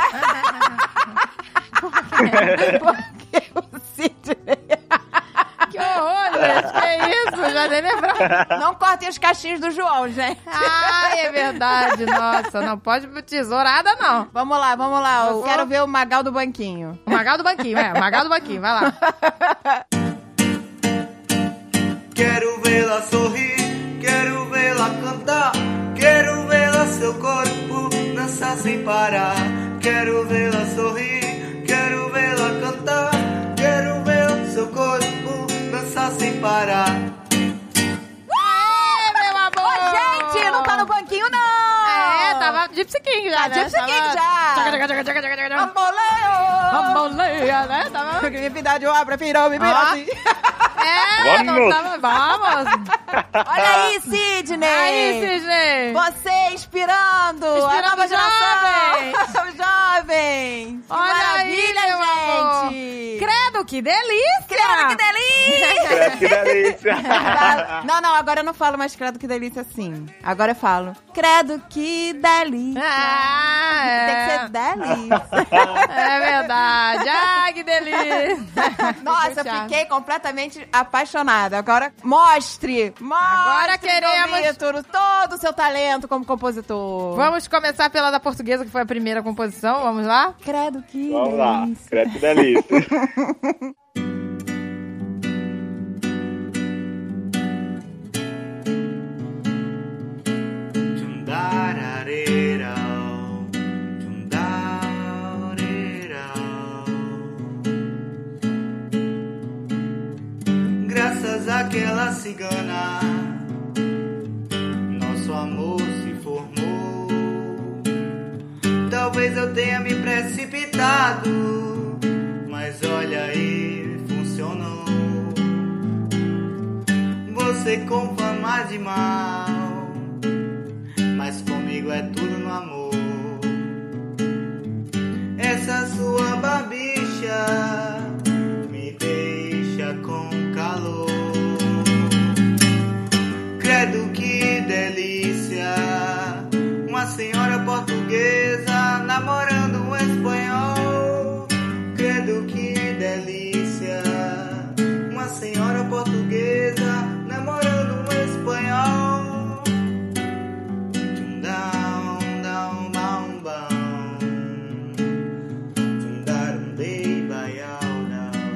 D: Porque o Cid...
A: Que horror, gente.
D: é
A: Que isso? É, <laughs> Já nem lembrava.
D: Não cortem os cachinhos do João, gente.
A: Ai, é verdade. Nossa, não pode tesourada, não.
D: Vamos lá, vamos lá. Eu
A: Vou-
D: quero ver o Magal do banquinho.
A: O Magal do Banquinho, é. o Magal do Banquinho, vai lá.
J: Quero vê-la sorrir, quero vê-la cantar, quero vê-la seu corpo dançar sem parar. Quero vê-la sorrir, quero vê-la cantar, quero vê-la seu corpo dançar sem parar.
A: Aê,
D: É,
A: meu amor!
D: Ô, gente, não tá no banquinho, não!
A: É, tava Gypsy King já,
D: Tá
A: né?
D: Gypsy King já.
A: Tchaca, tchaca, tchaca, tchaca, tchaca.
D: Amoleo!
A: Bamboleia, né? Tava...
D: Porque me vida de obra, pirou, me virou
A: Ó.
D: assim.
A: É, não
H: Vamos.
A: tava... Vamos!
D: Olha aí, Sidney!
A: Aí, Cisne!
D: Você inspirando, a
A: Inspirando
D: nova
A: os
D: geração! Os <laughs> jovens! Que
A: Olha
D: maravilha,
A: aí, meu
D: gente!
A: Credo, que delícia!
D: Credo que delícia!
H: Credo, que delícia.
D: Não, não, agora eu não falo mais credo que delícia assim. Agora eu falo credo que delícia.
A: Ah,
D: Tem que
A: é.
D: ser delícia.
A: É verdade. Ah, que delícia.
D: <laughs> Nossa, eu fiquei completamente apaixonada. Agora mostre, mostre
A: Agora queremos-
D: Dom Vitor, todo o seu talento como compositor.
A: Vamos começar pela da portuguesa, que foi a primeira composição. Vamos lá?
D: Credo que
H: Vamos lá.
D: delícia.
H: Credo, que delícia.
J: um Tchundararerau, um tchundarerau. Graças àquela cigana, nosso amor se formou. Talvez eu tenha me precipitado, mas olha aí, funcionou. Você com fama de mal mas comigo é tudo no amor. Essa sua babicha me deixa com calor. Credo que delícia, uma senhora portuguesa namorando um espanhol. Credo que delícia, uma senhora portuguesa namorando um espanhol. Down, down, down, down. Tundarum, baby, yau, down.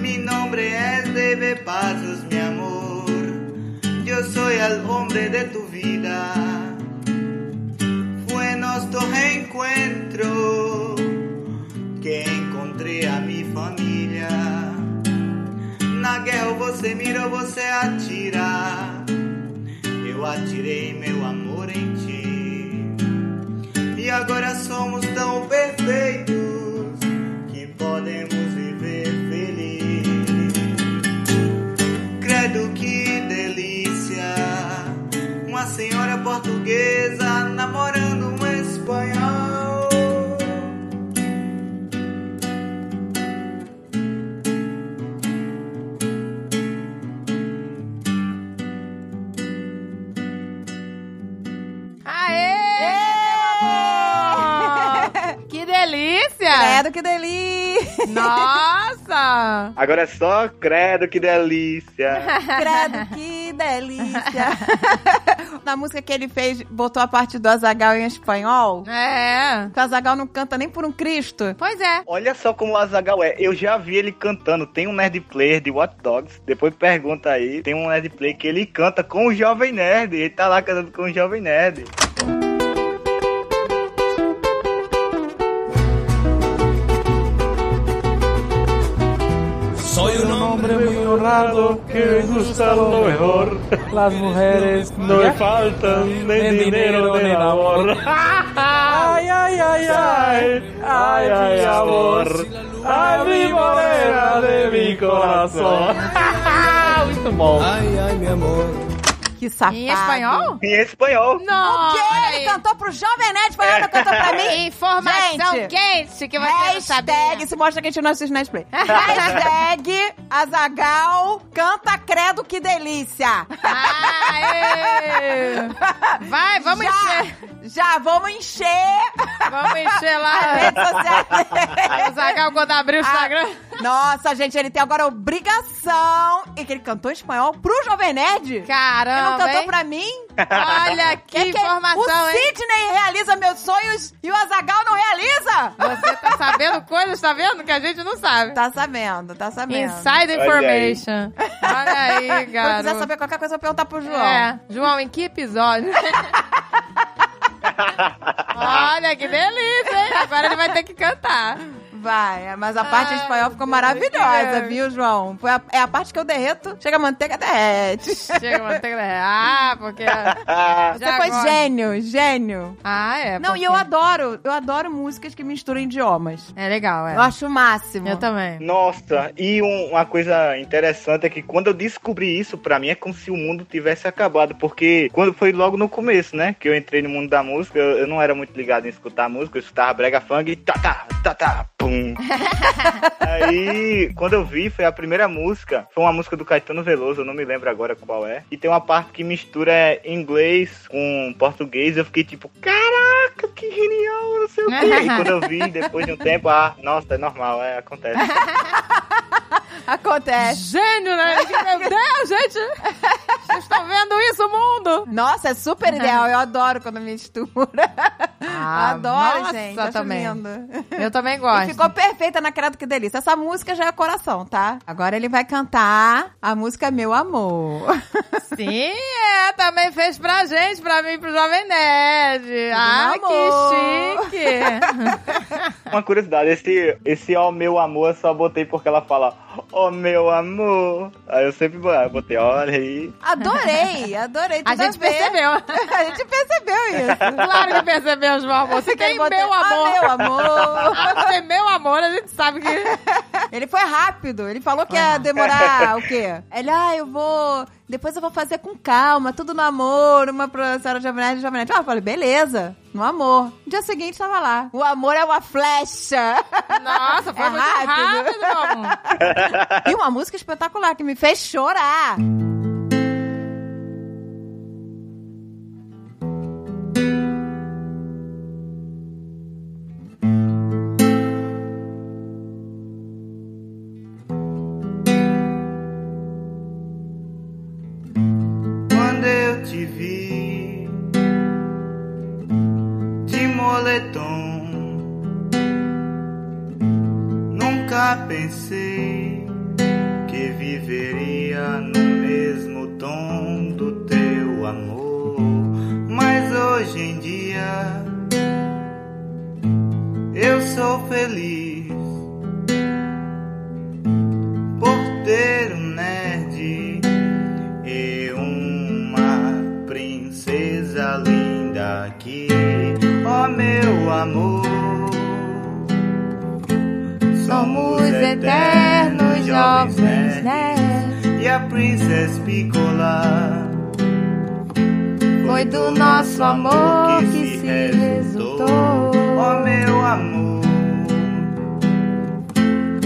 J: Mi nombre es Debe Pasos, mi amor. Yo soy el hombre de tu vida. Fue en nuestro reencuentro que encontrei a minha família. Na guerra você mira, você atira. Eu atirei meu amor em ti. E agora somos tão perfeitos que podemos viver feliz. Credo que delícia, uma senhora portuguesa namorando um espanhol.
A: Aê! Que delícia!
D: Credo que delícia.
A: Nossa!
H: Agora é só credo, que delícia.
D: Credo que que delícia. Na música que ele fez, botou a parte do Azagal em espanhol.
A: É.
D: Que o Azagal não canta nem por um Cristo.
A: Pois é.
H: Olha só como o Azagal é. Eu já vi ele cantando. Tem um Nerd Player de Watch Dogs. Depois pergunta aí. Tem um Nerd Player que ele canta com o Jovem Nerd. Ele tá lá cantando com o Jovem Nerd.
K: Soy un hombre muy honrado que me gusta lo mejor. Las mujeres no me faltan de dinero ni de amor. Ay, ay, ay, ay, ay, ay, amor. Ay, mi morena de mi corazón. Muito bom.
I: Ai, ai, meu amor.
D: Que safado.
A: Em espanhol?
H: Em espanhol.
A: Não.
D: Que ele cantou pro Jovem Nerd, foi ela que cantou pra mim.
A: Informação
D: Gente,
A: quente que <laughs> você não sabia.
D: Hashtag, se mostra que a gente não assiste Netplay. Hashtag Azagal canta credo que delícia.
A: Aê! Vai, vamos
D: já,
A: encher.
D: já vamos encher
A: Vamos encher
D: <laughs> as
A: lá.
D: redes sociais.
A: O Zagal quando abriu o
D: Ah.
A: Instagram.
D: Nossa, gente, ele tem agora a obrigação. E que ele cantou em espanhol pro Jovem Nerd? Ele não
A: Caramba,
D: cantou
A: hein?
D: pra <laughs> mim?
A: Olha que,
D: É que
A: informação,
D: o
A: hein?
D: Sidney realiza meus sonhos e o Azagal não realiza?
A: Você tá sabendo coisas, tá vendo? Que a gente não sabe.
D: Tá sabendo, tá sabendo.
A: Inside
H: Olha
A: information. Olha aí,
D: Se eu
A: garoto.
D: quiser saber qualquer coisa, eu vou perguntar pro João.
A: É. João, em que episódio? Olha que delícia, hein? Agora ele vai ter que cantar.
D: Vai, é, mas a parte
A: Ai,
D: em espanhol ficou
A: Deus,
D: maravilhosa,
A: que-
D: viu, João? Foi a- é a parte que eu derreto, chega a manteiga, derrete. Você
A: Chega, manteiga. Ah, porque. Você
D: foi gênio, gênio.
A: Ah, é.
D: Não, e
A: porque-
D: eu adoro, eu adoro músicas que misturam idiomas.
A: É legal, é.
D: Eu acho o máximo.
A: Eu também.
H: Nossa, e um- uma coisa interessante é que quando eu descobri isso, pra mim é como se o mundo tivesse acabado, porque quando foi logo no começo, né, que eu entrei no mundo da música, eu, eu não era muito ligado em escutar música, eu escutava brega funk e tá tá tá tá pum. Aí, quando eu vi, foi a primeira música, foi uma música do Caetano Veloso, eu não me lembro agora qual é, e tem uma parte que mistura inglês com português, eu fiquei tipo, caraca, que genial, não sei o quê. E quando eu vi, depois de um tempo, ah, nossa, é normal, é, acontece.
D: Acontece.
A: Gênio, né? Meu Deus, gente! né? Vocês estão vendo isso, mundo?
D: Nossa,
A: <laughs>
D: é super ideal. Eu adoro quando mistura. Ah, adoro, gente. Acho
A: Ah, também. um-
D: lindo.
A: Eu também
D: E
A: gosto.
D: ficou perfeita na Credo Que Delícia. Essa música já é coração, tá? Agora ele vai cantar a música Meu Amor.
A: Sim, é, também fez pra gente, pra mim, e pro Jovem Nerd. Ah,
D: amor.
A: que chique!
H: Uma curiosidade, esse, esse ó meu amor eu só botei porque ela fala ó meu amor. Aí eu sempre bo- botei, olha aí.
A: <laughs>
D: Adorei, adorei.
A: A
D: tudo
A: gente
D: ver.
A: percebeu.
D: <laughs> A gente percebeu isso.
A: Claro que percebemos, meu amor. Se tem
D: Ele botou,
A: meu
D: "Ah,
A: amor,
D: meu
A: <laughs>
D: amor.
A: se tem meu amor, a gente sabe que...
D: Ele foi rápido. Ele falou que
A: <laughs>
D: ia demorar o quê? Ele, ah, eu vou. Depois eu vou fazer com calma, tudo no amor, uma pra Sara Jovenete e Jovenete. Ah, eu falei, beleza, no amor. No dia seguinte tava lá. O amor é uma flecha.
A: Nossa, foi
D: É
A: muito
D: rápido.
A: rápido, meu amor.
D: e uma música espetacular que me fez chorar.
J: Quando eu te vi de moletom, nunca pensei que viveria no mesmo tom do teu amor. Mas hoje em dia eu sou feliz por ter um nerd e uma princesa linda aqui, ó meu amor. Somos eternos jovens né?
D: Né?
J: nerds e a princesa Picola. Foi do nosso amor que se resultou, ó meu amor.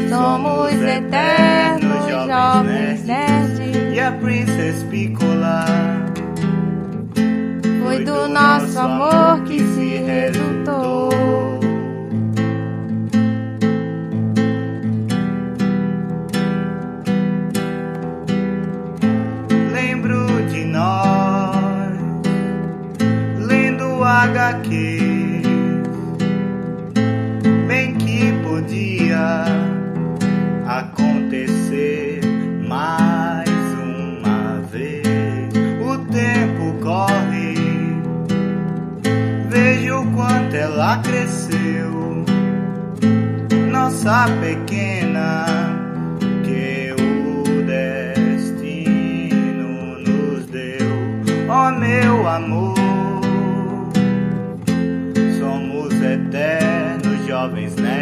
J: Somos eternos jovens né?
D: né,
J: nerds e a Princess Picola. Foi do nosso amor que se resultou. Lembro dia acontecer mais uma vez. O tempo corre, vejo o quanto ela cresceu. Nossa pequena, que o destino nos deu. Oh, meu amor, somos eternos jovens nerds.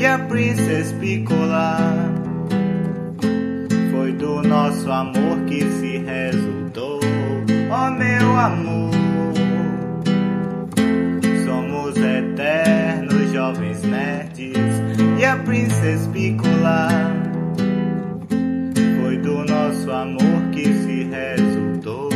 J: E a Princesa Picola foi do nosso amor que se resultou. Oh meu amor, somos eternos jovens nerds. E a Princesa Picola foi do nosso amor que se resultou.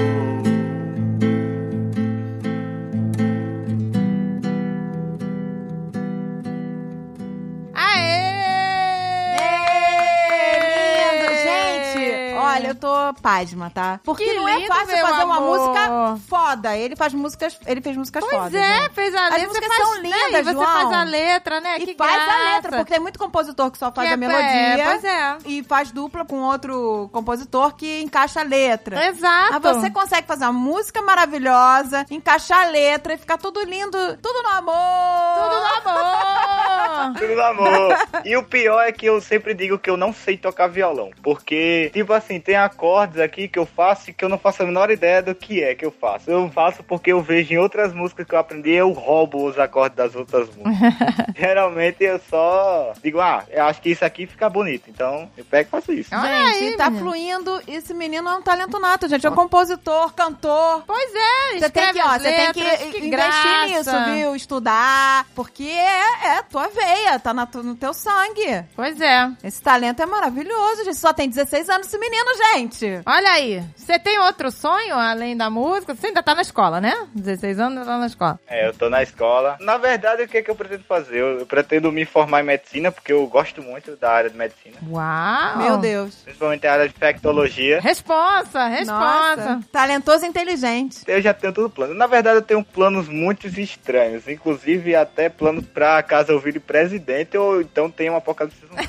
D: É, lindo, gente. Olha, eu tô pasma, tá? Porque
A: Que
D: não é
A: lindo,
D: fácil
A: meu
D: fazer uma
A: amor.
D: música foda. Ele faz músicas, ele fez músicas
A: Pois
D: fodas.
A: é,
D: né?
A: fez a
D: As
A: letra,
D: músicas
A: faz-
D: são
A: né,
D: lindas,
A: e você
D: João.
A: faz a letra, né?
D: E
A: Que
D: faz
A: graça.
D: a letra, porque tem muito compositor que só faz
A: Que
D: a
A: é-
D: melodia.
A: é, pois é.
D: E faz dupla com outro compositor que encaixa a letra.
A: Exato.
D: Mas você consegue fazer uma música maravilhosa, encaixar a letra e ficar tudo lindo, tudo no amor.
A: Tudo no amor.
H: Pelo amor. E o pior é que eu sempre digo que eu não sei tocar violão. Porque, tipo assim, tem acordes aqui que eu faço e que eu não faço a menor ideia do que é que eu faço. Eu faço porque eu vejo em outras músicas que eu aprendi, eu roubo os acordes das outras músicas. Geralmente eu só digo, ah, eu acho que isso aqui fica bonito. Então eu pego e faço isso.
A: Olha
D: Gente,
A: aí,
D: tá
A: menino.
D: fluindo. Esse menino é um talento nato, gente. É um compositor, cantor.
A: Pois é,
D: Você tem
A: escreve
D: que, ó,
A: as
D: você tem
A: letras,
D: que,
A: que
D: investir
A: graça.
D: nisso, viu? Estudar, porque é, é a tua veia, tá na tu- no teu sangue.
A: Pois é.
D: Esse talento é maravilhoso, gente. Só tem 16 anos esse menino, gente.
A: Olha aí, você tem outro sonho além da música? Você ainda tá na escola, né? 16 anos, ainda tá na escola.
H: É, eu tô na escola. Na verdade, o que, é que eu pretendo fazer? Eu, eu pretendo me formar em medicina, porque eu gosto muito da área de medicina.
A: Uau!
D: Meu Deus.
H: Principalmente a área de infectologia.
A: Resposta, resposta.
D: Nossa, talentoso
A: <laughs>
D: e inteligente.
H: Eu já tenho todo plano. Na verdade, eu tenho planos muito estranhos. Inclusive, até planos pra caso eu vire presidente ou então tenha um apocalipse <laughs> zumbi.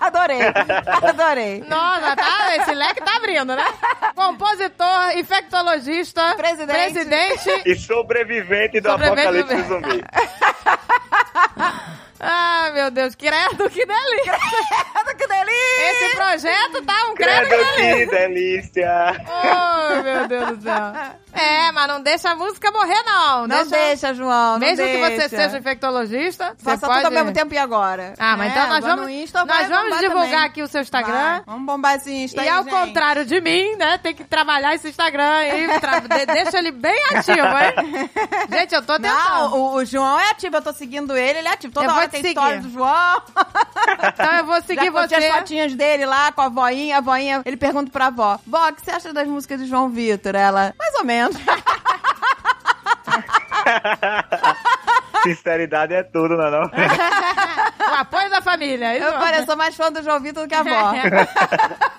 D: Adorei. <laughs> Adorei.
A: Nossa, tá, esse leque tá abrindo, né? Compositor, infectologista,
D: Presidente.
A: presidente.
H: e sobrevivente do
A: Sobrevivente
H: apocalipse zumbi.
A: Ah, meu Deus, credo, que delícia!
D: que delícia!
A: Esse projeto tá um credo,
H: <laughs> Credo
A: que delícia!
H: que delícia!
A: Oh, meu Deus do céu. <laughs> É, mas não deixa a música morrer, não.
D: Não deixa, João. Não
A: mesmo
D: deixa.
A: que você seja infectologista, você
D: Faça
A: pode...
D: tudo ao mesmo tempo e agora.
A: Ah, mas
D: É,
A: então nós
D: agora
A: vamos,
D: no Insta vai
A: nós vamos
D: bombar
A: divulgar
D: também.
A: aqui o seu Instagram.
D: Vai, Vamos bombar esse Insta
A: E é
D: aí,
A: ao
D: gente.
A: contrário de mim, né? Tem que trabalhar esse Instagram e tra- <laughs> de- deixa ele bem ativo,
D: <laughs>
A: hein? Gente, eu tô tentando.
D: Não, Ah, o, o João é ativo, eu tô seguindo ele, ele é ativo. Toda
A: Então tá. Eu vou
D: hora
A: te
D: tem
A: seguir.
D: história do João.
A: Então eu vou seguir
D: Já
A: você.
D: curti as fotinhas dele lá com a voinha, a voinha, ele pergunta pra avó, vó, o que você acha das músicas do João Vitor? Ela, mais ou menos.
H: Sinceridade é tudo, não é <laughs> não?
A: O apoio da família. Isso.
D: Eu, olha, eu sou mais fã do João Vitor do
A: <laughs>
D: que a avó.
A: É,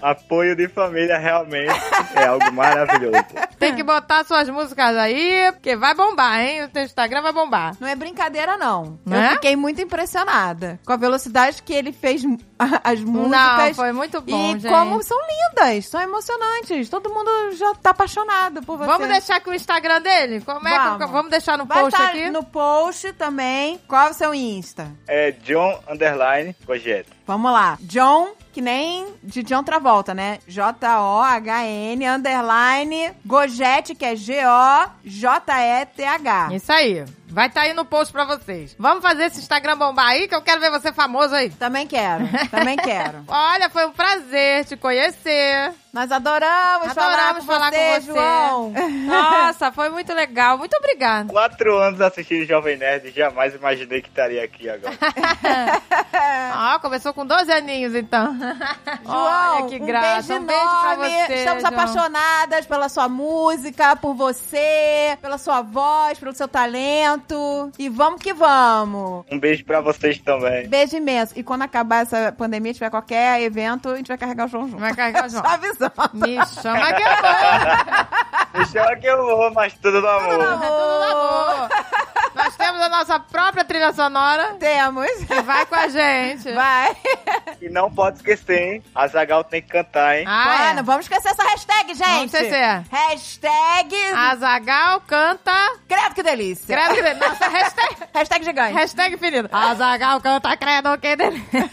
H: Apoio de família realmente é algo maravilhoso.
A: Tem que botar suas músicas aí, porque vai bombar, hein? O teu Instagram vai bombar.
D: Não é brincadeira, não.
A: Não
D: eu
A: é?
D: fiquei muito impressionada com a velocidade que ele fez <laughs> as músicas.
A: Não, foi muito bom,
D: e
A: gente.
D: como são lindas, são emocionantes. Todo mundo já tá apaixonado por você.
A: Vamos deixar aqui o Instagram dele? Como é que
D: Vamos.
A: vamos deixar no
D: Vai
A: post
D: estar
A: aqui?
D: no post também. Qual é o seu Insta?
H: É John Underline Projeto.
D: Vamos lá. John, que nem de John Travolta, né? J-O-H-N, underline, Gojete, que é G-O-J-E-T-H.
A: Isso aí. Vai estar aí no post pra vocês. Vamos fazer esse Instagram bombar aí, que eu quero ver você famoso aí.
D: Também quero, também
A: <laughs>
D: quero.
A: Olha, foi um prazer te
D: <laughs>
A: conhecer.
D: Nós adoramos, falar, com,
A: Adoramos falar
D: você,
A: com você.
D: João.
A: Nossa, foi muito legal. Muito obrigada.
H: Quatro anos assistindo Jovem Nerd, jamais imaginei que estaria aqui agora.
D: É.
A: Ó, começou com 12 aninhos, então. Olha
D: <laughs> João,
A: que graça.
D: Um beijo,
A: um beijo pra
D: enorme.
A: você.
D: Estamos
A: João.
D: apaixonadas pela sua música, por você, pela sua voz, pelo seu talento. E vamos que vamos.
H: Um beijo pra vocês também.
D: Beijo imenso. E quando acabar essa pandemia, tiver qualquer evento, a gente vai carregar o João junto.
A: Vai carregar o João.
D: Só avisando.
A: Me chama que eu vou.
H: Deixa que eu vou, mas tudo no amor.
D: Oh,
A: Tudo no amor. Nós temos a nossa própria trilha sonora.
B: Temos.
A: <laughs> Que vai com a
D: <laughs>
A: gente.
B: Vai.
H: E não pode esquecer, hein? A Zagal tem que cantar, hein?
B: Ah, não vamos esquecer essa hashtag, gente.
A: é. Vamos esquecer. Ah.
B: Hashtag...
A: Azagal canta.
B: Credo que delícia.
A: Credo que delícia. Nossa, hashtag.
B: <laughs> Hashtag gigante.
A: Hashtag infinito. Azagal canta, credo que delícia.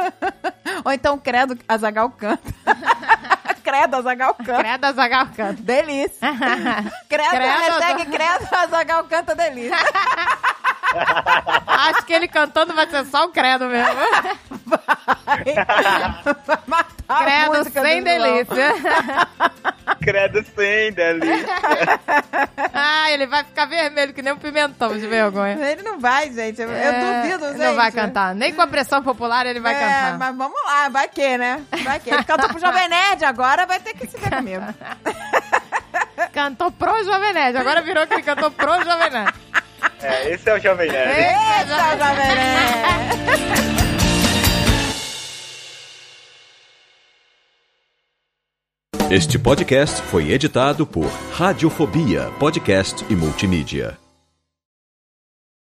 B: <laughs> Ou então credo Azagal canta. <laughs> credo Azagal canta.
A: Credo, Azagal canta. <laughs>
B: Delícia. credo,
A: Credo,
B: hashtag credo Azagal
A: <laughs>
B: canta delícia.
A: Acho que ele cantando vai ser só o credo mesmo.
B: Vai matar a
A: Credo
B: música
A: sem
B: do João.
A: delícia. <laughs>
H: Credo sem, Deli.
A: Ah, ele vai ficar vermelho que nem um pimentão de vergonha.
B: Ele não vai, gente. Eu, eu
A: É,
B: duvido, gente.
A: Não vai cantar. Nem com a pressão popular ele vai
B: é,
A: cantar.
B: mas vamos
D: Ah,
B: lá, vai que, né? Vai que. Ele cantou pro Jovem Nerd, agora vai ter que se
A: <laughs>
B: ver comigo.
A: Cantou pro Jovem Nerd. Agora virou que ele cantou pro Jovem Nerd.
H: É, esse é o Jovem Nerd.
B: Eita, Jovem Nerd!
L: Este podcast foi editado por Radiofobia, podcast e multimídia.